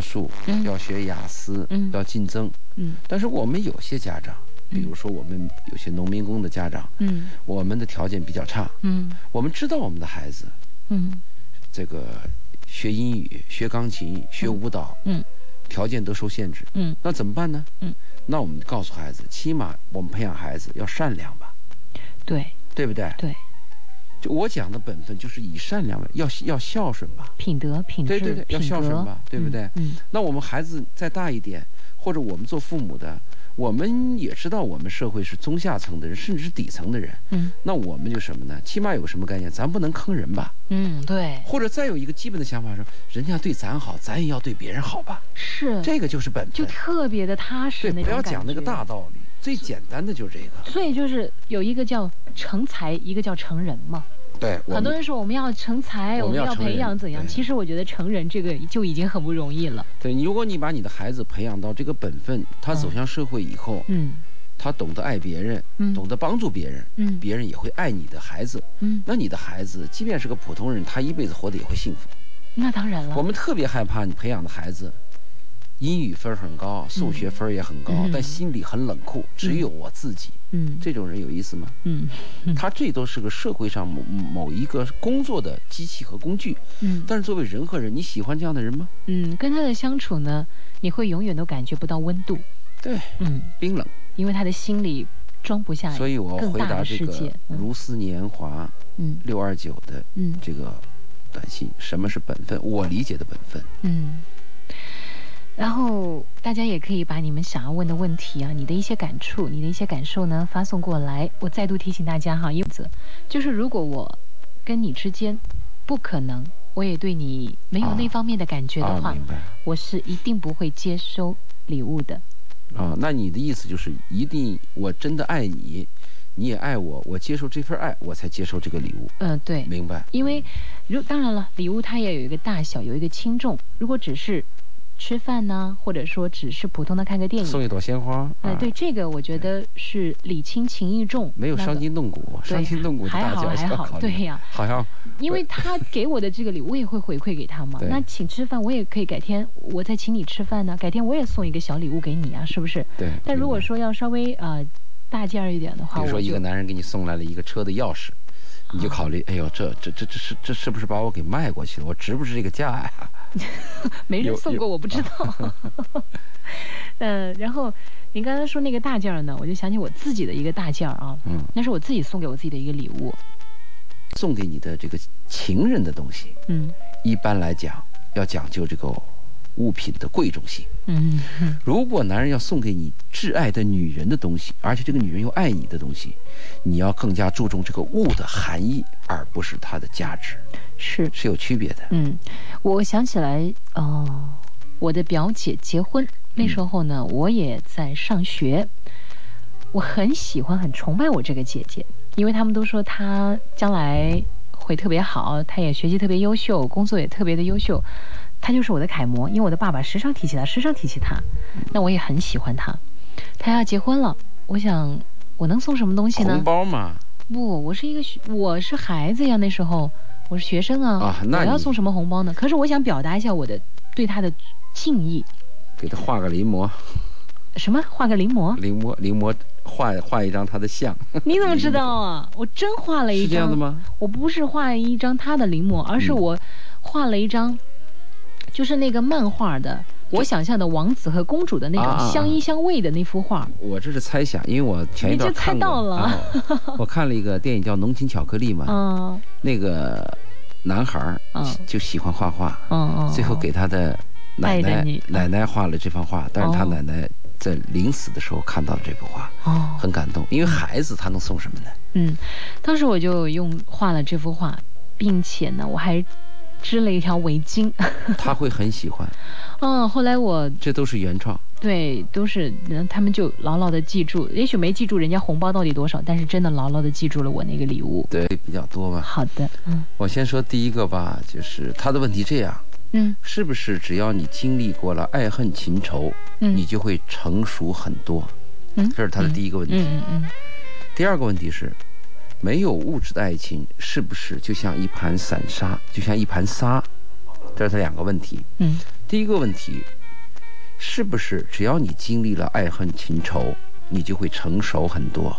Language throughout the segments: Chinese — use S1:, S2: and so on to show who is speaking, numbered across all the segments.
S1: 数，
S2: 嗯
S1: 要学雅思，
S2: 嗯
S1: 要竞争。
S2: 嗯
S1: 但是我们有些家长，比如说我们有些农民工的家长，
S2: 嗯
S1: 我们的条件比较差，
S2: 嗯
S1: 我们知道我们的孩子
S2: 嗯
S1: 这个学英语、学钢琴、学舞蹈，
S2: 嗯
S1: 条件都受限制，
S2: 嗯
S1: 那怎么办呢？
S2: 嗯，
S1: 那我们告诉孩子，起码我们培养孩子要善良吧，
S2: 对
S1: 对不对？
S2: 对，
S1: 就我讲的本分就是以善良为，要要孝顺吧。
S2: 品德品
S1: 对
S2: 质
S1: 对对要
S2: 品
S1: 孝顺
S2: 格
S1: 吧对不对
S2: 嗯
S1: 那我们孩子再大一点，或者我们做父母的，我们也知道我们社会是中下层的人，甚至是底层的人。
S2: 嗯
S1: 那我们就什么呢？起码有什么概念？咱不能坑人吧？
S2: 嗯，对，
S1: 或者再有一个基本的想法说，人家对咱好，咱也要对别人好吧？
S2: 是
S1: 这个就是本
S2: 嗯就
S1: 分。
S2: 特别的踏
S1: 对，
S2: 实那种
S1: 不要讲那个
S2: 感觉
S1: 大道理，最简单的就是这个。
S2: 所以就是有一个叫成才，一个叫成人嘛。
S1: 对，我
S2: 很多
S1: 们
S2: 人说我们要成才，
S1: 我
S2: 我
S1: 们
S2: 们
S1: 要
S2: 要
S1: 成
S2: 培
S1: 人
S2: 养怎样？
S1: 对
S2: 其实我觉得成人这个就已经很不容易了。
S1: 对，如果你把你的孩子培养到这个本分，他走向社会以后，
S2: 嗯
S1: 他懂得爱别人，
S2: 嗯
S1: 懂得帮助别人，
S2: 嗯
S1: 别人也会爱你的孩子。
S2: 嗯，
S1: 那你的孩子，即便是个普通人，他一辈子活得也会幸福。
S2: 那当然了。
S1: 我们特别害怕你培养的孩子，英语分儿很高，数学分儿也很高，
S2: 嗯
S1: 但心里很冷酷，只有我自己。
S2: 嗯
S1: 这种人有意思吗？
S2: 嗯嗯
S1: 他最多是个社会上某某一个工作的机器和工具，
S2: 嗯
S1: 但是作为人和人，你喜欢这样的人吗？
S2: 嗯，跟他的相处呢，你会永远都感觉不到温度。
S1: 对，
S2: 嗯，
S1: 冰冷。
S2: 因为他的心里装不下
S1: 所以我
S2: 哎更
S1: 回
S2: 大
S1: 答
S2: 的
S1: 这
S2: 世
S1: 个
S2: 界。嗯
S1: 如斯年华
S2: 嗯
S1: 六二九的
S2: 嗯
S1: 这个短信，什么是本分？我理解的本分。
S2: 嗯。然后大家也可以把你们想要问的问题啊，你的一些感触、你的一些感受呢发送过来。我再度提醒大家哈，因为就是如果我跟你之间不可能，我也对你没有
S1: 啊
S2: 那方面的感觉的话，
S1: 啊，明白。
S2: 我是一定不会接收礼物的。
S1: 啊，那你的意思就是，一定我真的爱你，你也爱我，我接受这份爱，我才接受这个礼物，
S2: 嗯、对，
S1: 明白？
S2: 因为如当然了，礼物它也有一个大小，有一个轻重。如果只是吃饭呢、或者说只是普通的看个电影，
S1: 送一朵鲜花，
S2: 嗯哎，
S1: 啊
S2: 对，这个我觉得是礼轻情意重，
S1: 没有
S2: 那个
S1: 伤筋动骨，
S2: 对
S1: 伤筋动骨的
S2: 还
S1: 大
S2: 好
S1: 小
S2: 还
S1: 是要
S2: 好
S1: 考虑，
S2: 对呀
S1: 好像
S2: 因为他给我的这个礼，我也会回馈给他 嘛。
S1: 对
S2: 那请吃饭，我也可以改天我再请你吃饭呢，改天我也送一个小礼物给你啊，是不是？
S1: 对。
S2: 但如果
S1: 明
S2: 说要稍微呃大件儿一点的
S1: 白
S2: 话，
S1: 比如说
S2: 我
S1: 一
S2: 就
S1: 个男人给你送来了一个车的钥匙，你就考虑，哎呦，这这这这是这是不是把我给卖过去了？我值不值这个价呀、
S2: 没人
S1: 有
S2: 送
S1: 有
S2: 过，我不知 道。 呃，然后您刚才说那个大件儿呢，我就想起我自己的一个大件儿啊，
S1: 嗯，
S2: 那是我自己送给我自己的一个礼物。
S1: 送给你的这个情人的东西，
S2: 嗯
S1: 一般来讲要讲究这个物品的贵重性。
S2: 嗯
S1: 如果男人要送给你挚爱的女人的东西，而且这个女人又爱你的东西，你要更加注重这个物的含义，而不是它的价值，
S2: 是
S1: 是有区别的。
S2: 嗯，我想起来，哦，我的表姐结婚那时候呢，我也在上学，我很喜欢、很崇拜我这个姐姐，因为他们都说她将来会特别好，她也学习特别优秀，工作也特别的优秀，她就是我的楷模，因为我的爸爸时常提起她，时常提起她，那我也很喜欢她。她要结婚了，我想我能送什么东西呢
S1: 红？包嘛，
S2: 不，我是一个学，我是孩子呀，那时候我是学生啊，
S1: 啊那
S2: 我要
S1: 你
S2: 送什么红包呢？可是我想表达一下我的对他的敬意。
S1: 给他画个临摹，
S2: 什么？画个 临摹？
S1: 临摹临摹，画画一张他的像，
S2: 你怎么知道啊？我真画了一
S1: 是
S2: 张。
S1: 这样的？吗？
S2: 我不是画一张他的临摹，而是
S1: 嗯
S2: 我画了一张，就是那个漫画的，我想象的王子和公主的那
S1: 啊啊
S2: 种
S1: 啊
S2: 相依相偎的那幅画。
S1: 我这是猜想，因为我前一段
S2: 哎你这猜
S1: 看过，
S2: 到了
S1: 啊 我看了一个电影叫《浓情巧克力》嘛，
S2: 嗯
S1: 那个男孩儿
S2: 嗯
S1: 就喜欢画画，
S2: 嗯嗯。
S1: 最后给他的奶
S2: 爱哦的
S1: 奶
S2: 你
S1: 奶奶画了这番画，但是他奶奶在临死的时候看到了这幅画，
S2: 哦。
S1: 很感动。因为孩子他能送什么 呢？
S2: 嗯，当时我就用画了这幅画，并且呢，我还织了一条围巾。
S1: 他会很喜欢，
S2: 嗯，后来我
S1: 这都是原创。
S2: 对都是嗯他们就牢牢的记住，也许没记住人家红包到底多少，但是真的牢牢的记住了我那个礼物。
S1: 对，比较多吧。
S2: 好的，嗯
S1: 我先说第一个吧，就是他的问题这样，
S2: 嗯
S1: 是不是只要你经历过了爱恨情仇，
S2: 嗯
S1: 你就会成熟很多？
S2: 嗯
S1: 这是他的第一个问题。
S2: 嗯嗯
S1: 第二个问题是，没有物质的爱情是不是就像一盘散沙，就像一盘沙？这是他两个问题。
S2: 嗯
S1: 第一个问题，是不是只要你经历了爱恨情仇，你就会成熟很 多？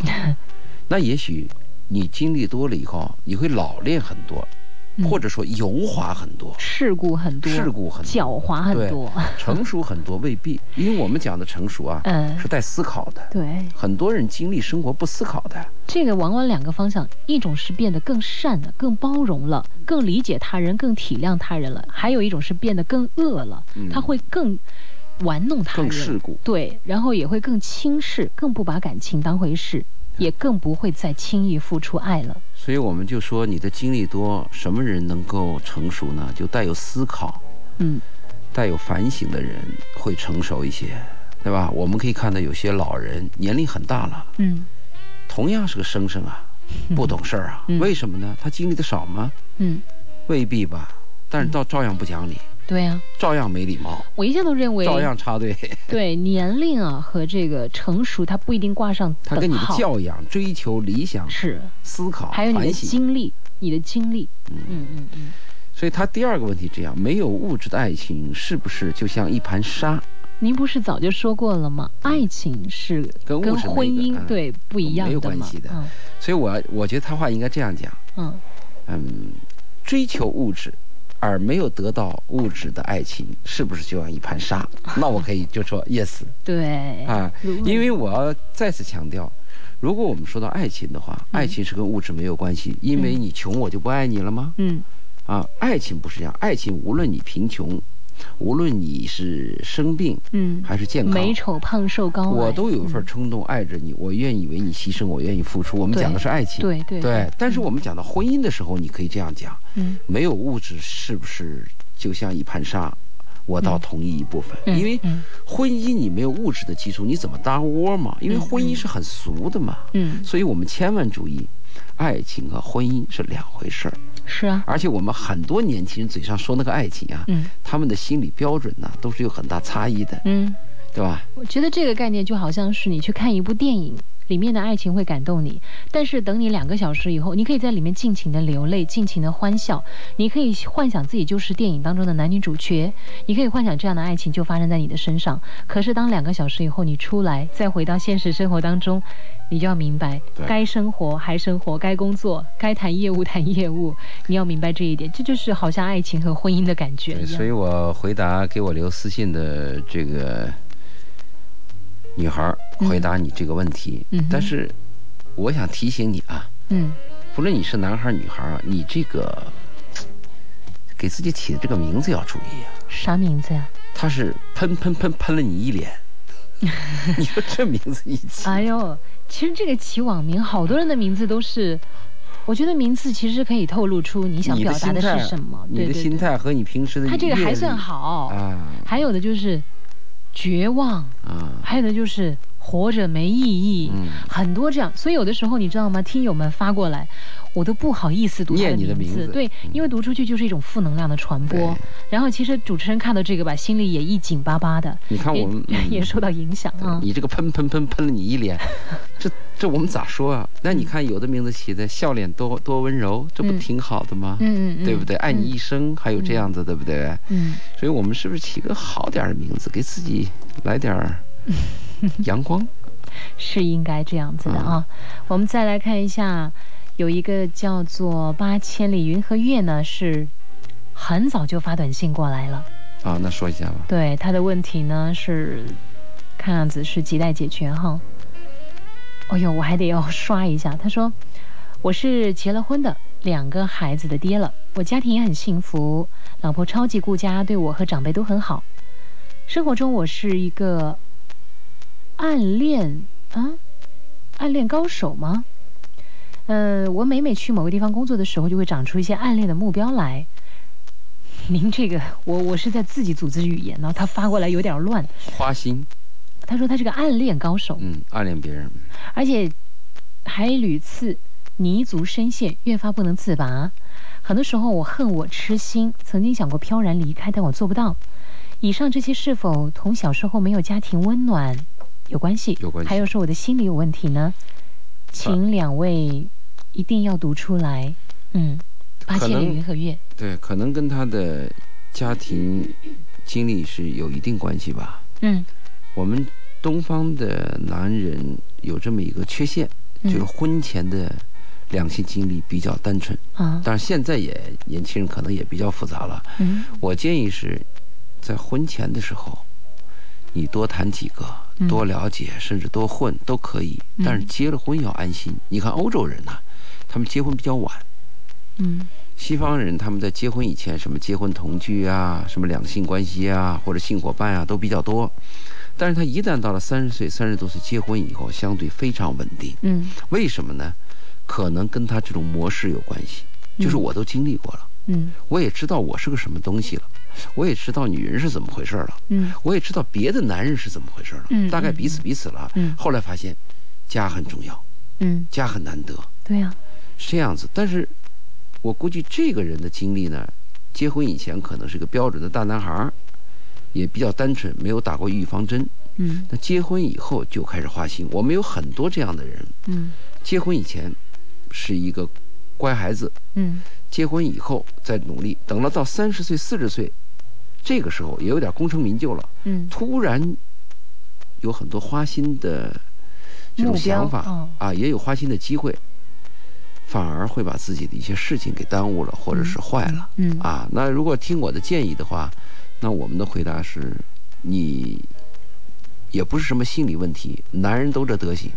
S1: 那也许你经历多了以后，你会老练很多，
S2: 嗯
S1: 或者说油滑很 多，
S2: 世故很多，
S1: 世故很多
S2: 狡猾很
S1: 对
S2: 多，
S1: 成熟很多未必，因为我们讲的成熟啊，
S2: 嗯
S1: 是带思考的。
S2: 对，
S1: 很多人经历生活不思考的，
S2: 这个往往两个方向，一种是变得更善了、更包容了、更理解他人、更体谅他人了；还有一种是变得更恶了，
S1: 嗯
S2: 他会更玩弄他人，
S1: 更世故
S2: 对，然后也会更轻视，更不把感情当回事，
S1: 嗯
S2: 也更不会再轻易付出爱了。
S1: 所以我们就说你的经历多，什么人能够成熟呢？就带有思考、
S2: 嗯
S1: 带有反省的人会成熟一些，对吧？我们可以看到有些老人年龄很大了，
S2: 嗯
S1: 同样是个生生 啊，不懂事儿啊，
S2: 嗯
S1: 为什么呢？他经历的少吗？
S2: 嗯，
S1: 未必吧，但是到照样不讲理，
S2: 对呀、
S1: 照样没礼貌，
S2: 我一向都认为，
S1: 照样插 队。
S2: 对年龄啊和这个成熟，它不一定挂上
S1: 他
S2: 等号。
S1: 跟你的教养、追求、理想、
S2: 是，
S1: 思考、
S2: 还有你的
S1: 反省，
S2: 经历，你的经历，嗯嗯嗯，
S1: 所以他第二个问题这样：没有物质的爱情是不是就像一盘沙？
S2: 您不是早就说过了吗？爱情是
S1: 跟物质没
S2: 婚姻、
S1: 嗯
S2: 对不一样
S1: 没有
S2: 的
S1: 关
S2: 嘛
S1: 系的
S2: 嗯
S1: 所以我我觉得他话应该这样讲：
S2: 嗯
S1: 嗯，追求物质。而没有得到物质的爱情，是不是就像一盘沙？那我可以就说 yes
S2: 对
S1: 啊，
S2: 哎如
S1: 因为我要再次强调，如果我们说到爱情的话，爱情是跟物质没有关系，因为你穷我就不爱你了吗？
S2: 嗯
S1: 啊，爱情不是这样，爱情无论你贫穷，无论你是生病
S2: 嗯，
S1: 还是健康，
S2: 美丑胖瘦高矮，
S1: 我都有一
S2: 嗯
S1: 份冲动爱着你，我愿意为你牺牲，我愿意付出。我们
S2: 对
S1: 讲的是爱情，
S2: 对对对
S1: 但是我们讲到婚姻的时候，你可以这样讲：
S2: 嗯
S1: 没有物质是不是就像一盘沙？我倒同意一部分，
S2: 嗯
S1: 因为
S2: 嗯
S1: 婚姻你没有物质的基础，你怎么搭窝嘛？因为
S2: 嗯
S1: 婚姻
S2: 嗯
S1: 是很俗的嘛，
S2: 嗯
S1: 所以我们千万注意，爱情和婚姻是两回事儿。
S2: 是啊
S1: 而且我们很多年轻人嘴上说那个爱情啊，
S2: 嗯
S1: 他们的心理标准呢、都是有很大差异的，
S2: 嗯，
S1: 对吧？
S2: 我觉得这个概念就好像是你去看一部电影。里面的爱情会感动你，但是等你两个小时以后，你可以在里面尽情的流泪，尽情的欢笑，你可以幻想自己就是电影当中的男女主角，你可以幻想这样的爱情就发生在你的身上。可是当两个小时以后你出来，再回到现实生活当中，你就要明白，
S1: 对
S2: 该生活还生活，该工作该谈业务谈业务，你要明白这一点，这就是好像爱情和婚姻的感觉
S1: 对，
S2: 一
S1: 所
S2: 样。
S1: 以我回答给我留私信的这个女孩儿
S2: 嗯
S1: 回答你这个问题，
S2: 嗯哼
S1: 但是我想提醒你啊，
S2: 嗯
S1: 不论你是男孩儿女孩儿啊，你这个给自己起的这个名字要注意啊，
S2: 啥名字呀、
S1: 他是喷喷喷喷了你一 脸，你说这名字一起，
S2: 哎呦，其实这个起网名，好多人的名字都是，我觉得名字其实可以透露出你想
S1: 你
S2: 表
S1: 的
S2: 达
S1: 心态
S2: 是什么。
S1: 你
S2: 对
S1: 的
S2: 对
S1: 心
S2: 对，
S1: 态和你平时的
S2: 他这个
S1: 阅
S2: 还
S1: 历
S2: 算好。
S1: 啊
S2: 还有的就是绝望，
S1: 啊，
S2: 还有的就是活着没意义，
S1: 嗯
S2: 很多这样。所以有的时候你知道吗？听友们发过来，我都不好意思读他
S1: 念你的
S2: 名
S1: 名字嗯
S2: 对，因为读出去就是一种负能量的传播
S1: 对。
S2: 然后其实主持人看到这个吧，心里也一紧巴巴的，
S1: 你看我们
S2: 也
S1: 嗯
S2: 也受到影响啊。
S1: 你这个喷喷喷喷了你一 脸，这这我们咋说啊？那你看有的名字起的笑脸多多温柔，这不
S2: 嗯
S1: 挺好的吗？
S2: 嗯嗯嗯，
S1: 对不对？爱你一生，还有这样的，对不对？
S2: 嗯。
S1: 所以我们是不是起个好点儿的名字，给自己来点儿 阳光？
S2: 是应该这样子的啊。我们再来看一下，有一个叫做八千里云和月呢，是很早就发短信过来了。
S1: 啊，那说一下 吧。
S2: 对他的问题呢是，看样子是亟待解决哈。哎呦，我还得要刷一下。他说，我是结了婚的，两个孩子的爹了，我家庭也很幸福，老婆超级顾家，对我和长辈都很好。生活中我是一个暗恋啊，暗恋高手吗？呃，我每每去某个地方工作的时候，就会长出一些暗恋的目标来。您这个，我我是在自己组织语言呢，他发过来有点乱。
S1: 花心，
S2: 他说他是个暗恋高手，
S1: 嗯，暗恋别人，
S2: 而且还屡次泥足深陷，越发不能自拔。很多时候我恨我痴心，曾经想过飘然离开，但我做不到。以上这些是否同小时候没有家庭温暖有关系？
S1: 有关系
S2: 还有是我的心理有问题呢？请两位一定要读出来。嗯，八千里云和月。
S1: 对，可能跟他的家庭经历是有一定关系吧。
S2: 嗯
S1: 我们东方的男人有这么一个缺陷，就
S2: 嗯
S1: 是婚前的两性经历比较单纯。
S2: 啊
S1: 但是现在也年轻人可能也比较复杂了。
S2: 嗯
S1: 我建议是在婚前的时候，你多谈几个
S2: 嗯，
S1: 多了解，甚至多混都可以。
S2: 嗯
S1: 但是结了婚要安心。你看欧洲人呐，他们结婚比较晚。
S2: 嗯
S1: 西方人他们在结婚以前，什么结婚同居啊，什么两性关系啊，或者性伙伴啊，都比较多。但是他一旦到了三十岁、三十多岁结婚以后，相对非常稳定。
S2: 嗯
S1: 为什么呢？可能跟他这种模式有关系。就是
S2: 嗯
S1: 我都经历过了，
S2: 嗯
S1: 我也知道我是个什么东西了，我也知道女人是怎么回事了，
S2: 嗯
S1: 我也知道别的男人是怎么回事了。
S2: 嗯
S1: 大概彼此
S2: 嗯
S1: 彼此了。
S2: 嗯
S1: 后来发现，家很重要，
S2: 嗯，
S1: 家很难得。
S2: 对啊呀、
S1: 是这样子。但是，我估计这个人的经历呢，结婚以前可能是个标准的大男孩儿，也比较单纯，没有打过预防针。
S2: 嗯
S1: 那结婚以后就开始花心。我们有很多这样的人，
S2: 嗯
S1: 结婚以前是一个乖孩子，
S2: 嗯
S1: 结婚以后再努力，等了到三十岁、四十岁，这个时候也有点功成名就了，
S2: 嗯
S1: 突然有很多花心的这种
S2: 目标
S1: 想法、
S2: 嗯
S1: 啊，也有花心的机会，反而会把自己的一些事情给耽误了，或者是坏了、
S2: 嗯
S1: 啊。那如果听我的建议的话，那我们的回答是，你也不是什么心理问题，男人都这德 行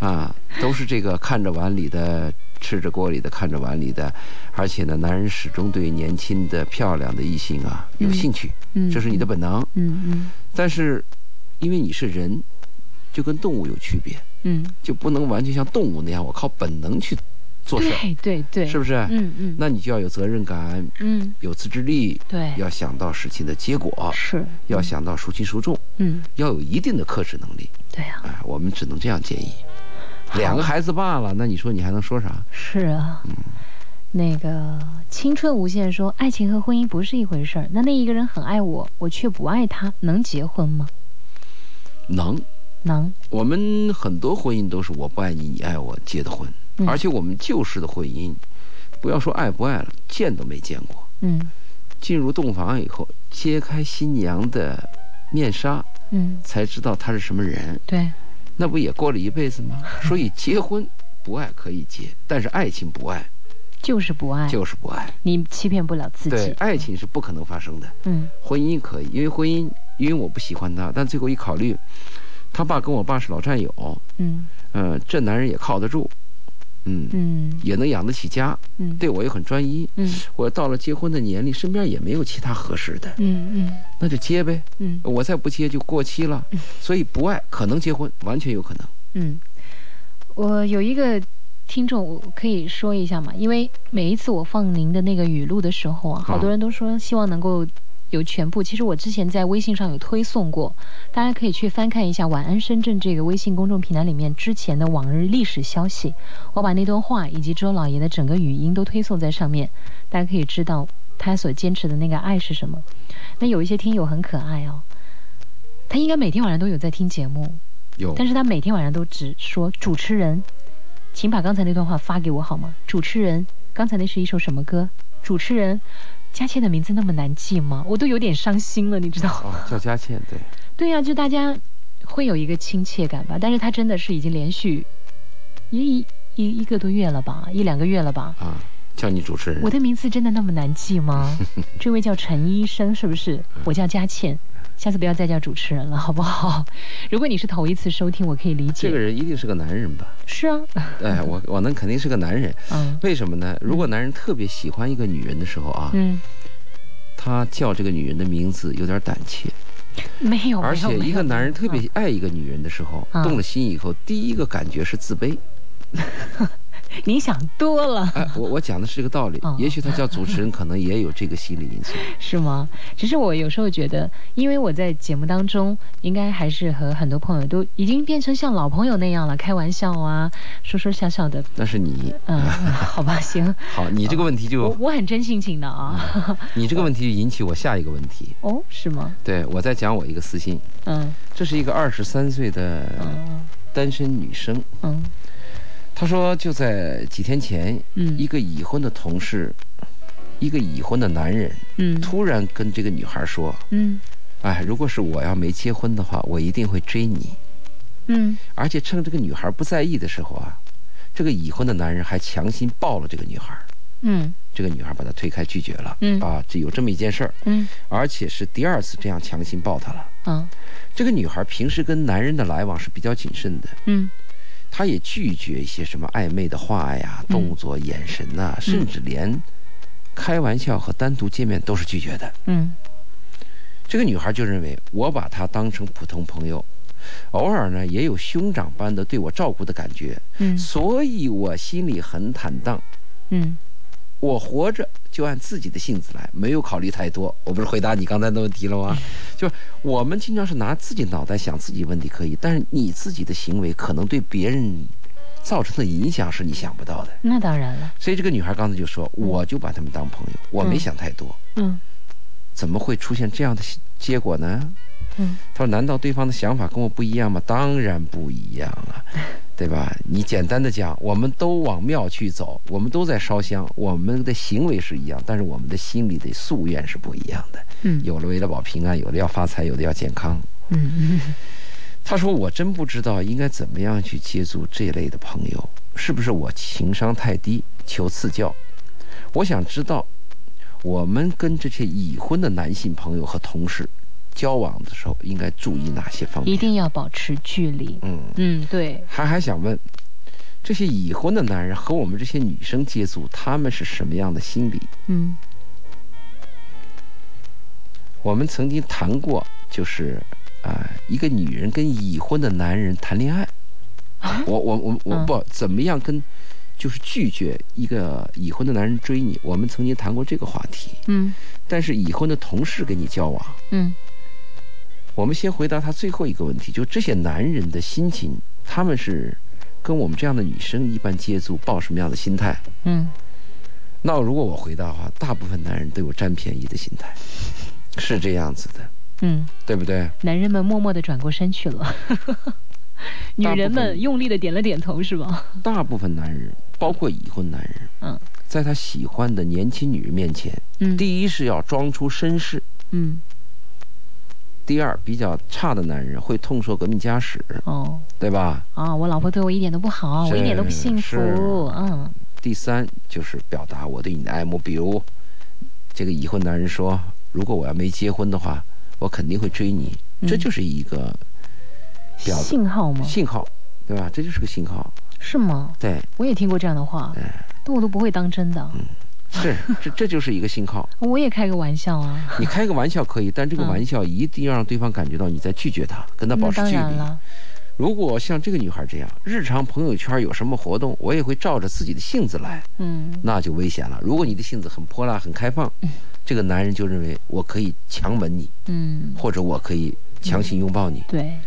S1: 啊，都是这个看着碗里的。吃着锅里的，看着碗里的，而且呢，男人始终对年轻的、漂亮的异性啊有
S2: 嗯
S1: 兴趣，
S2: 嗯，
S1: 这是你的本能。
S2: 嗯
S1: 但是，因为你是人，就跟动物有区别，
S2: 嗯嗯，
S1: 就不能完全像动物那样，我靠本能去做事儿，
S2: 对对对，
S1: 是不
S2: 是？
S1: 是？
S2: 嗯嗯，
S1: 那你就要有责任感，
S2: 嗯
S1: 有自制力，
S2: 对，
S1: 要想到事情的结果，
S2: 是
S1: 要想到孰轻孰重，
S2: 嗯
S1: 要有一定的克制能力。
S2: 对啊呀、
S1: 哎，我们只能这样建议。两个孩子罢了，那你说你还能说啥？
S2: 是啊，
S1: 嗯
S2: 那个青春无限说，爱情和婚姻不是一回事儿。那那一个人很爱我，我却不爱他，能结婚吗？
S1: 能。
S2: 能，
S1: 我们很多婚姻都是我不爱你，你爱我结的婚，
S2: 嗯
S1: 而且我们旧式的婚姻，不要说爱不爱了，见都没见过。
S2: 嗯
S1: 进入洞房以后，揭开新娘的面纱，
S2: 嗯，
S1: 才知道她是什么人，
S2: 对，
S1: 那不也过了一辈子 吗？所以结婚不爱可以结，但是爱情不爱
S2: 就是不爱，
S1: 就是不爱。
S2: 你欺骗不了自
S1: 对
S2: 己，。
S1: 爱情是不可能发生的，
S2: 嗯
S1: 婚姻可以，因为婚姻，因为我不喜欢他，但最后一考虑，他爸跟我爸是老战友，
S2: 嗯
S1: 嗯、这男人也靠得住，嗯，
S2: 嗯
S1: 也能养得起家，
S2: 嗯，
S1: 对我也很专一。
S2: 嗯，
S1: 我到了结婚的年龄，身边也没有其他合适的，
S2: 嗯嗯
S1: 那就结呗。
S2: 嗯
S1: 我再不结就过期了，所以不爱可能结婚，完全有可能。
S2: 嗯，我有一个。听众，我可以说一下嘛？因为每一次我放您的那个语录的时候啊，好多
S1: 啊
S2: 人都说希望能够有全部。其实我之前在微信上有推送过，大家可以去翻看一下“晚安深圳”这个微信公众平台里面之前的往日历史消息。我把那段话以及周老爷的整个语音都推送在上面，大家可以知道他所坚持的那个爱是什么。那有一些听友很可爱哦，他应该每天晚上都有在听节目，
S1: 有
S2: 但是他每天晚上都只说主持人，请把刚才那段话发给我好吗？主持人，刚才那是一首什么歌？主持人，佳倩的名字那么难记吗？我都有点伤心了，你知道 吗？
S1: 哦，叫佳倩，对，
S2: 对呀、就大家会有一个亲切感吧。但是他真的是已经连续也一一一个多月了吧，一两个月了吧。
S1: 啊，叫你主持人。
S2: 我的名字真的那么难记 吗？这位叫陈医生是不是？我叫佳倩，下次不要再叫主持人了，好不好？如果你是头一次收听，我可以理解。
S1: 这个人一定是个男人吧？
S2: 是啊，
S1: 哎，我我能肯定是个男人，
S2: 嗯
S1: 为什么呢？如果男人特别喜欢一个女人的时候啊，
S2: 嗯，
S1: 他叫这个女人的名字有点胆怯，
S2: 没有，
S1: 而
S2: 没
S1: 且
S2: 哦有啊
S1: 一个男人特，
S2: 没
S1: 别
S2: 有
S1: 爱一个女人的时候，
S2: 嗯
S1: 动了心以后，第一个感觉是自 卑。
S2: 嗯你想多了。
S1: 哎，我我讲的是这个道理
S2: 嗯，
S1: 也许他叫主持人，可能也有这个心理因素。
S2: 是吗？只是我有时候觉得，因为我在节目当中，应该还是和很多朋友都已经变成像老朋友那样了，开玩笑啊，说说笑笑的。
S1: 那是你，
S2: 嗯， 好吧， 行，
S1: 好，你这个问题
S2: 我
S1: 就，
S2: 我很真性情的啊。
S1: 你这个问题就引起我下一个问题。
S2: 哦，是吗？
S1: 对，我在讲我一个私信，
S2: 嗯
S1: 这是一个二十三岁的
S2: 嗯
S1: 单身女生，
S2: 嗯
S1: 她说就在几天前，一
S2: 嗯
S1: 个已婚的同事，一个已婚的男人
S2: 嗯
S1: 突然跟这个女孩说，
S2: 嗯
S1: 哎，如果是我要没结婚的话，我一定会追你，
S2: 嗯，
S1: 而且趁这个女孩不在意的时候啊，这个已婚的男人还强行抱了这个女孩，
S2: 嗯
S1: 这个女孩把他推开拒绝了，
S2: 嗯
S1: 啊，这有这么一件事儿，
S2: 嗯
S1: 而且是第二次这样强行抱他了。
S2: 啊
S1: 这个女孩平时跟男人的来往是比较谨慎的，
S2: 嗯
S1: 她也拒绝一些什么暧昧的话呀、
S2: 嗯
S1: 动作、眼神呐、甚至连开玩笑和单独见面都是拒绝的。
S2: 嗯
S1: 这个女孩就认为我把她当成普通朋友，偶尔呢也有兄长般的对我照顾的感觉，
S2: 嗯
S1: 所以我心里很坦荡。
S2: 嗯
S1: 我活着就按自己的性子来，没有考虑太多。我不是回答你刚才的问题了吗？就是我们经常是拿自己脑袋想自己问题可以，但是你自己的行为可能对别人造成的影响是你想不到的。
S2: 那当然了，
S1: 所以这个女孩刚才就说，我就把他们当朋友，我没想太多，
S2: 嗯
S1: 怎么会出现这样的结果呢？
S2: 嗯
S1: 她说：“难道对方的想法跟我不一样吗？当然不一样啊，对吧？你简单的讲，我们都往庙去走，我们都在烧香，我们的行为是一样，但是我们的心里的夙愿是不一样的。
S2: 嗯
S1: 有了为了保平安，有的要发财，有的要健康。
S2: 嗯嗯
S1: 他说：“我真不知道应该怎么样去接触这类的朋友，是不是我情商太低，求赐教？我想知道，我们跟这些已婚的男性朋友和同事交往的时候，应该注意哪些方面？
S2: 一定要保持距离。
S1: 嗯，
S2: 嗯，对，
S1: 还还想问，这些已婚的男人和我们这些女生接触，他们是什么样的心理？
S2: 嗯
S1: 我们曾经谈过，就是啊、一个女人跟已婚的男人谈恋爱，
S2: 啊
S1: 我我我我
S2: 嗯
S1: 不怎么样跟，就是拒绝一个已婚的男人追你。我们曾经谈过这个话题，
S2: 嗯
S1: 但是已婚的同事跟你交往，
S2: 嗯
S1: 我们先回答他最后一个问题，就这些男人的心情，他们是跟我们这样的女生一般接触，抱什么样的心态？
S2: 嗯
S1: 那如果我回答的话，大部分男人都有占便宜的心态，是这样子的，
S2: 嗯，
S1: 对不对？
S2: 男人们默默的转过身去 了，女人
S1: 大部
S2: 们
S1: 分
S2: 用力的点了点头，是吧？
S1: 大部分男人，包括已婚男人，
S2: 嗯
S1: 在他喜欢的年轻女人面前，
S2: 嗯，
S1: 第一是要装出绅士，
S2: 嗯
S1: 第二比较差的男人会痛说革命家史，
S2: 哦
S1: 对吧？
S2: 啊，我老婆对我一点都不好，我一点都不
S1: 是
S2: 幸
S1: 是
S2: 福，嗯
S1: 第三就是表达我对你的爱慕，比如这个已婚男人说，如果我要没结婚的话，我肯定会追你，
S2: 嗯
S1: 这就是一个表达
S2: 信号吗？
S1: 信号，对吧？这就是个信号，
S2: 是吗？
S1: 对，
S2: 我也听过这样的话，
S1: 哎，
S2: 但我都不会当真的，
S1: 嗯是这这就是一个信号。
S2: 我也开个玩笑啊。
S1: 你开个玩笑可以，但这个
S2: 嗯
S1: 玩笑一定要让对方感觉到你在拒绝他，跟他保
S2: 那
S1: 持
S2: 当
S1: 距
S2: 然
S1: 离。
S2: 了，
S1: 如果像这个女孩这样，日常朋友圈有什么活动，我也会照着自己的性子来，
S2: 嗯
S1: 那就危险了。如果你的性子很泼辣、很开放，这个男人就认为我可以强吻你，
S2: 嗯，
S1: 或者我可以强行拥抱你。
S2: 对，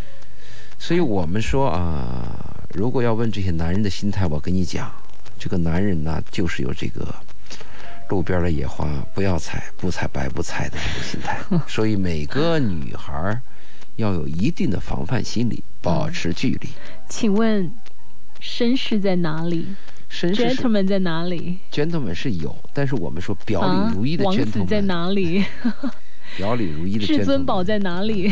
S1: 所以我们说啊，如果要问这些男人的心态，我跟你讲，这个男人呢，就是有这个路边的野花不要采，不采白不采的这个心 态。所以每个女孩儿要有一定的防范心理，保持距离。
S2: 请问绅士在哪里
S1: 绅士是
S2: ？gentleman 在哪里？
S1: gentleman 是有，但是我们说表
S2: 啊
S1: 里如一的
S2: 王子在
S1: gentleman，、
S2: 哪里？
S1: 表里如一的 gentleman，
S2: 至尊宝在哪里？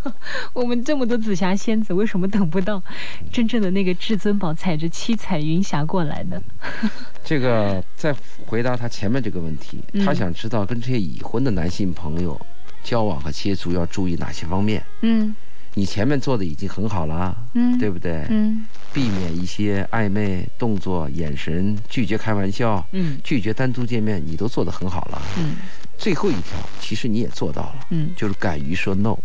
S2: 我们这么多紫霞仙子，为什么等不到真正的那个至尊宝踩着七彩云霞过来呢？
S1: 这个再回答他前面这个问题，
S2: 嗯
S1: 他想知道跟这些已婚的男性朋友交往和接触要注意哪些方面。
S2: 嗯
S1: 你前面做的已经很好啦，
S2: 嗯，
S1: 对不对？
S2: 嗯
S1: 避免一些暧昧动作、眼神，拒绝开玩笑，
S2: 嗯
S1: 拒绝单独见面，你都做得很好了。
S2: 嗯
S1: 最后一条，其实你也做到了，
S2: 嗯，
S1: 就是敢于说 no。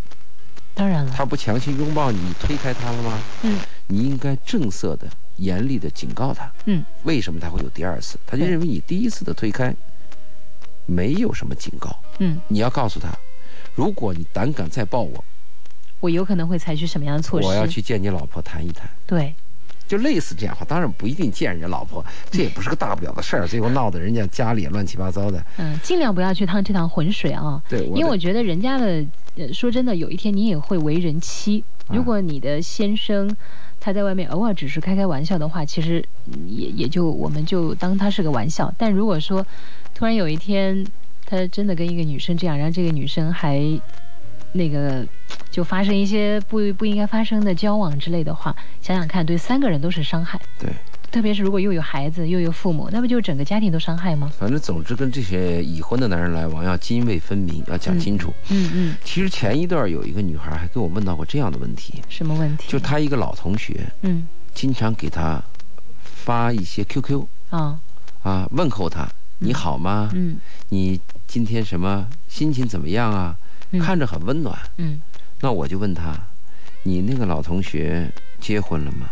S2: 当然了，
S1: 他不强行拥抱你，你推开他了吗？
S2: 嗯
S1: 你应该正色的、严厉的警告他。
S2: 嗯
S1: 为什么他会有第二次？他就
S2: 对
S1: 认为你第一次的推开没有什么警告，
S2: 嗯，
S1: 你要告诉他，如果你胆敢再抱我，
S2: 我有可能会采取什么样的措施？
S1: 我要去见你老婆谈一谈。
S2: 对，
S1: 就类似这样的话，当然不一定见人家老婆，这也不是个大不了的事 儿，最后闹得人家家里也乱七八糟的。
S2: 嗯，尽量不要去趟这趟浑水啊。
S1: 对，我
S2: 因为我
S1: 的
S2: 觉得人家的，呃，说真的，有一天你也会为人妻。
S1: 啊
S2: 如果你的先生他在外面偶尔只是开开玩笑的话，其实嗯也也就我们就当他是个玩笑。但如果说突然有一天他真的跟一个女生这样，然后这个女生还那个就发生一些不不应该发生的交往之类的话，想想看，对三个人都是伤害。
S1: 对，
S2: 特别是如果又有孩子又有父母，那不就整个家庭都伤害吗？
S1: 反正总之跟这些已婚的男人来往要泾渭分明，要讲清楚。
S2: 嗯嗯，
S1: 其实前一段有一个女孩还跟我问到过这样的问题，
S2: 什么问题？
S1: 就她一个老同学，
S2: 嗯
S1: 经常给她发一些 QQ
S2: 啊
S1: 啊，问候她你好吗？
S2: 嗯
S1: 你今天什么心情怎么样啊？
S2: 嗯
S1: 看着很温暖。
S2: 嗯，
S1: 那我就问她，你那个老同学结婚了吗？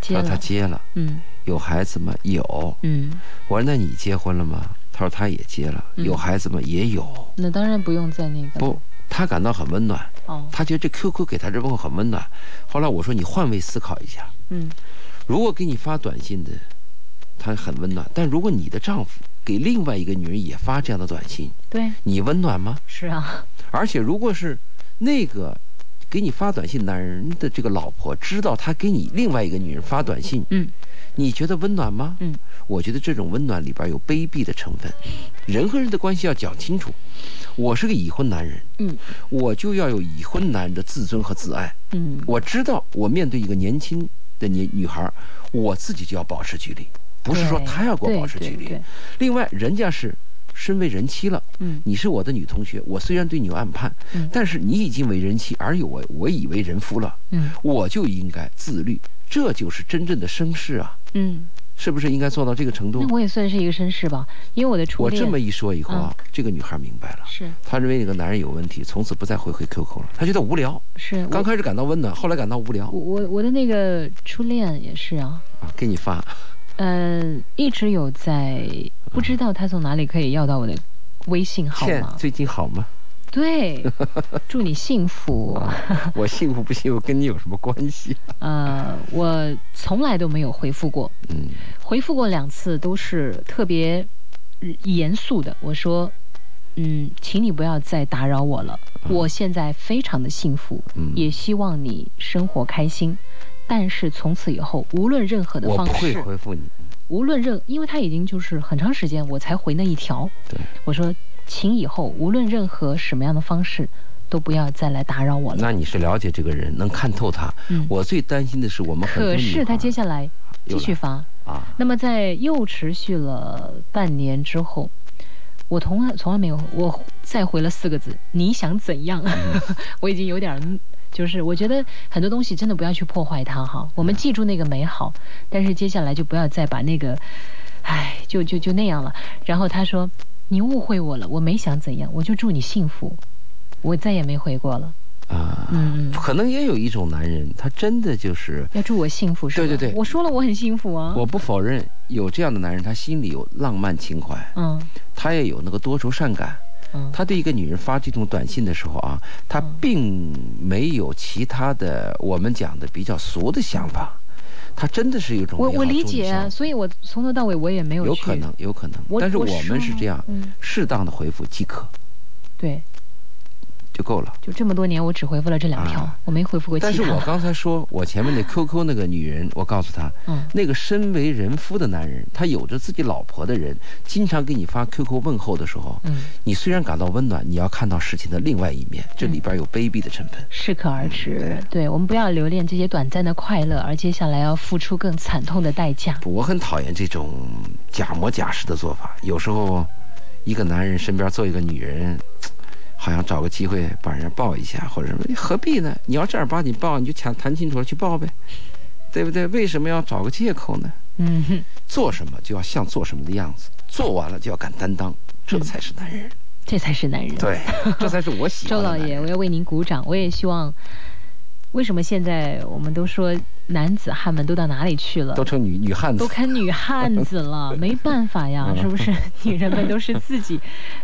S2: 接
S1: 她说她
S2: 了。
S1: 结了。
S2: 嗯
S1: 有孩子吗？有。
S2: 嗯，
S1: 我说那你结婚了吗？她说她也结了。
S2: 嗯
S1: 有孩子吗？也有。
S2: 那当然不用再那个了
S1: 不，她感到很温暖，
S2: 哦，
S1: 她觉得这 QQ 给她这问候很温暖。后来我说你换位思考一下，
S2: 嗯
S1: 如果给你发短信的，他很温暖，但如果你的丈夫给另外一个女人也发这样的短信，
S2: 对，
S1: 你温暖吗？
S2: 是啊，
S1: 而且如果是那个给你发短信男人的这个老婆知道他给你另外一个女人发短信，
S2: 嗯
S1: 你觉得温暖吗？
S2: 嗯，
S1: 我觉得这种温暖里边有卑鄙的成分。人和人的关系要讲清楚。我是个已婚男人，
S2: 嗯
S1: 我就要有已婚男人的自尊和自爱。
S2: 嗯，
S1: 我知道，我面对一个年轻的年女孩，我自己就要保持距离，不是说
S2: 对
S1: 她要跟我保持距
S2: 对对
S1: 离
S2: 对。
S1: 另外，人家是身为人妻了，
S2: 嗯
S1: 你是我的女同学，我虽然对你有暗判，
S2: 嗯
S1: 但是你已经为人妻，而有我我已为人夫了，
S2: 嗯
S1: 我就应该自律，这就是真正的绅士啊，
S2: 嗯，
S1: 是不是应该做到这个程度
S2: 那？我也算是一个绅士吧，因为我的初
S1: 我
S2: 恋嗯
S1: 这么一说以后啊，这个女孩明白了，
S2: 是
S1: 她认为那个男人有问题，从此不再回回 QQ 了，她觉得无聊，
S2: 是
S1: 刚
S2: 我
S1: 开始感到温暖，后来感到无聊
S2: 我我我的那个初恋也是啊，
S1: 啊，给你发。
S2: 呃，一直有在不知道他从哪里可以要到我的微信号
S1: 倩
S2: 码。
S1: 最近好 吗？
S2: 对，祝你幸福。
S1: 我幸福不幸福跟你有什么关系？
S2: 呃，我从来都没有回复过，
S1: 嗯，
S2: 回复过两次都是特别呃严肃的。我说，嗯，请你不要再打扰我了，我现在非常的幸福，
S1: 嗯
S2: 也希望你生活开心。但是从此以后，无论任何的
S1: 嗯我
S2: 方
S1: 不会
S2: 式，
S1: 回复你。
S2: 无论任，因为他已经就是很长时间我才回那一条，
S1: 对，
S2: 我说，请以后无论任何什么样的方式，都不要再来打扰我了。
S1: 那你是了解这个人，能看透他。
S2: 嗯
S1: 我最担心的是我们很多
S2: 可
S1: 女孩
S2: 是他接下来继续发，
S1: 啊，
S2: 那么在又持续了半年之后，我从来从来没有，我再回了四个字：你想怎样？ 我已经有点儿。就是我觉得很多东西真的不要去破坏它哈，我们记住那个美好，但是接下来就不要再把那个，唉，就就就那样了。然后他说：“你误会我了，我没想怎样，我就祝你幸福。”我再也没回过了。
S1: 啊，
S2: 嗯嗯
S1: 可能也有一种男人，他真的就是，
S2: 要祝我幸福是吧？
S1: 对对对
S2: 我说了我很幸福啊。
S1: 我不否认有这样的男人，他心里有浪漫情怀，
S2: 嗯
S1: 他也有那个多愁善感。
S2: 嗯，
S1: 他对一个女人发这种短信的时候啊，他并没有其他的我们讲的比较俗的想法，他真的是有一种
S2: 我
S1: 美好
S2: 我理
S1: 中的想
S2: 解，
S1: 法
S2: 所以我从头到尾我也没有
S1: 有
S2: 去
S1: 可能，有可能
S2: 我。
S1: 但是
S2: 我
S1: 我们是
S2: 说
S1: 这样，
S2: 嗯
S1: 适当的回复即可
S2: 对，
S1: 就够了。
S2: 就这么多年我只回复了这两条，
S1: 啊
S2: 我没回复过其他
S1: 但
S2: 的。
S1: 是我刚才说，我前面那 QQ 那个女人，我告诉她，
S2: 嗯
S1: 那个身为人夫的男人，他有着自己老婆的人，经常给你发 QQ 问候的时候，
S2: 嗯
S1: 你虽然感到温暖，你要看到事情的另外一面，这里边有卑鄙的成分。
S2: 适可而止，
S1: 嗯
S2: 对我们不要留恋这些短暂的快乐，而接下来要付出更惨痛的代价。
S1: 我很讨厌这种假模假式的做法。有时候，一个男人身边坐一个女人，好像找个机会把人家抱一下或者什么，何必呢？你要正儿八经抱，你就谈谈清楚了去抱呗，对不对？为什么要找个借口呢？
S2: 嗯哼，
S1: 做什么就要像做什么的样子，做完了就要敢担当，这才是男人。
S2: 这才是男人。，
S1: 对， 这才是我喜
S2: 周
S1: 欢的
S2: 老
S1: 男人。
S2: 爷，我要为您鼓掌。我也希望，为什么现在我们都说男子汉们都到哪里去了？
S1: 都成女女汉子
S2: 都，看女汉子了，没办法呀，是不是？女人们都是自己，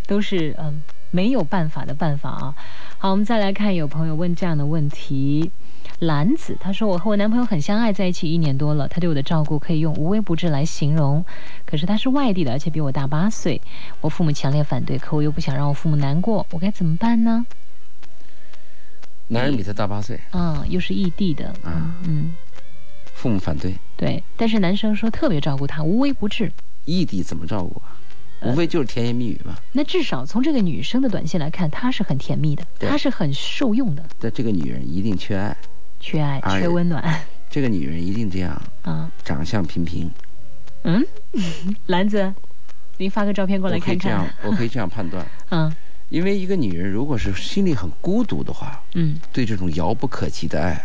S2: 都是嗯没有办法的办法啊。好，我们再来看，有朋友问这样的问题。兰子，她说我和我男朋友很相爱，在一起一年多了，他对我的照顾可以用无微不至来形容。可是他是外地的，而且比我大八岁，我父母强烈反对，可我又不想让我父母难过，我该怎么办呢？
S1: 男人比他大八岁，
S2: 啊，又是异地的，
S1: 啊
S2: 嗯，
S1: 父母反对，
S2: 对。但是男生说特别照顾他，无微不至，
S1: 异地怎么照顾啊？
S2: 嗯
S1: 无非就是甜言蜜语嘛。
S2: 那至少从这个女生的短信来看，她是很甜蜜的，
S1: 对
S2: 她是很受用的，
S1: 但这个女人一定缺爱，
S2: 缺爱，
S1: 哎
S2: 缺 温暖
S1: 这个女人一定这样，
S2: 啊。
S1: 长相平平。
S2: 嗯， 篮子，您发个照片过来
S1: 我可以
S2: 看
S1: 这样
S2: 看。，
S1: 我可以这样判 断，
S2: 嗯
S1: 因为一个女人如果是心里很孤独的话，
S2: 嗯
S1: 对这种遥不可及的爱，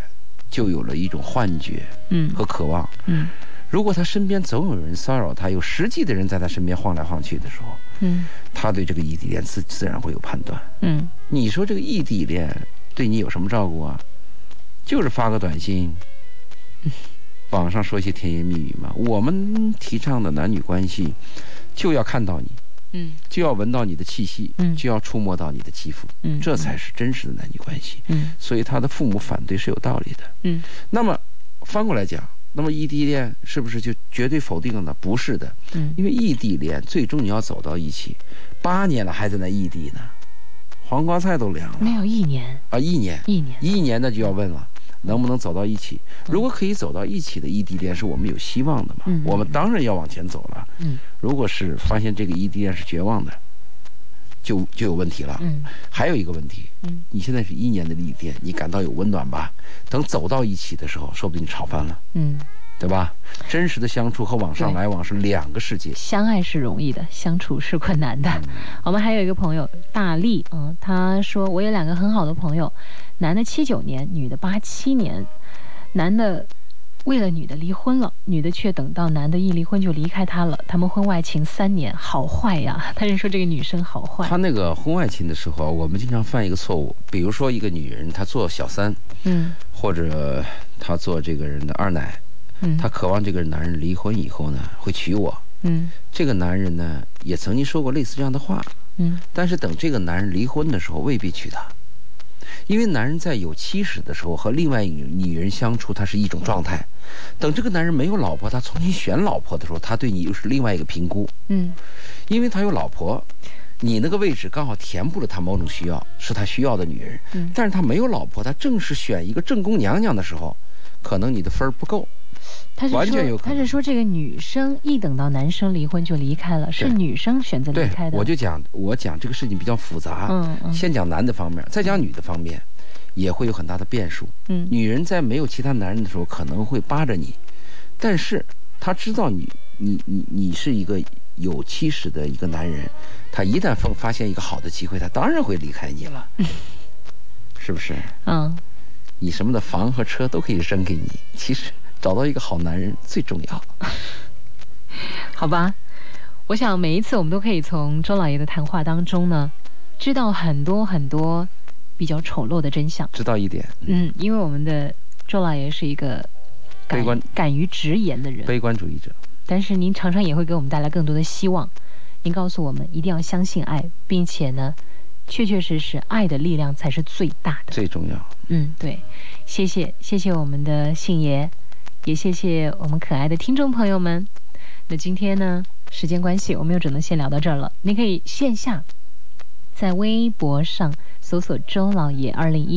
S1: 就有了一种幻觉
S2: 嗯
S1: 和渴望。
S2: 嗯
S1: 如果她身边总有人骚扰她，有实际的人在她身边晃来晃去的时候，
S2: 嗯
S1: 她对这个异地恋自自然会有判断。
S2: 嗯
S1: 你说这个异地恋对你有什么照顾啊？就是发个短信，网上说一些甜言蜜语嘛。我们提倡的男女关系，就要看到你，
S2: 嗯
S1: 就要闻到你的气息，
S2: 嗯
S1: 就要触摸到你的肌肤，
S2: 嗯，
S1: 这才是真实的男女关系。
S2: 嗯
S1: 所以他的父母反对是有道理的。
S2: 嗯
S1: 那么翻过来讲，那么异地恋是不是就绝对否定了呢？不是的，
S2: 嗯
S1: 因为异地恋最终你要走到一起，八年了还在那异地呢，黄瓜菜都凉了。
S2: 没有一年
S1: 啊，一年，
S2: 一年
S1: 一年那就要问了，能不能走到一起？如果可以走到一起的异地恋，是我们有希望的嘛？
S2: 嗯嗯
S1: 我们当然要往前走了。
S2: 嗯
S1: 如果是发现这个异地恋是绝望的，就就有问题了。
S2: 嗯
S1: 还有一个问题，
S2: 嗯
S1: 你现在是一年的异地恋，你感到有温暖吧？等走到一起的时候，说不定吵翻了，
S2: 嗯，
S1: 对吧？真实的相处和网上
S2: 对
S1: 来往是两个世界。
S2: 相爱是容易的，相处是困难
S1: 嗯
S2: 的。我们还有一个朋友大力，嗯，他说我有两个很好的朋友，男的七九年，女的八七年，男的为了女的离婚了，女的却等到男的一离婚就离开他了，他们婚外情三年，好坏呀？ 他是说这个女生好坏
S1: 他，那个婚外情的时候，我们经常犯一个错误，比如说一个女人她做小三，
S2: 嗯
S1: 或者她做这个人的二奶，
S2: 嗯，
S1: 她渴望这个男人离婚以后呢会娶我。
S2: 嗯
S1: 这个男人呢也曾经说过类似这样的话，
S2: 嗯
S1: 但是等这个男人离婚的时候未必娶她，因为男人在有妻室的时候和另外一个女人相处，他是一种状态。等这个男人没有老婆，他重新选老婆的时候，他对你又是另外一个评估，
S2: 嗯
S1: 因为他有老婆。你那个位置刚好填补了他某种需要，是他需要的女人。
S2: 嗯
S1: 但是他没有老婆，他正是选一个正宫娘娘的时候，可能你的分儿不够。
S2: 他是说
S1: 完全有可
S2: 他
S1: 能
S2: 是说这个女生一等到男生离婚就离开了，是
S1: 对
S2: 女生选择离
S1: 对
S2: 开，的。
S1: 我就啊讲我讲这个事情比较复杂，
S2: 嗯嗯
S1: 先讲男的方面，再讲女的方面，也会有很大的变数。
S2: 嗯
S1: 女人在没有其他男人的时候，可能会扒着你，但是她知道你你你你是一个有妻室的一个男人，她一旦发发现一个好的机会，她当然会离开你 了，是不是？
S2: 嗯
S1: 你什么的房和车都可以扔给你，其实找到一个好男人最重要。
S2: 好吧，我想每一次我们都可以从周老爷的谈话当中呢，知道很多很多比较丑陋的真相。
S1: 知道一点，
S2: 嗯，因为我们的周老爷是一个敢
S1: 悲观
S2: 敢于直言的人，
S1: 悲观主义者。
S2: 但是您常常也会给我们带来更多的希望。您告诉我们一定要相信爱，并且呢，确确实实爱的力量才是最大的。
S1: 最重要。
S2: 嗯，对，谢谢谢谢我们的信爷，也谢谢我们可爱的听众朋友们。那今天呢，时间关系，我们又只能先聊到这儿了。您可以线下在微博上搜索“周老爷二零一”。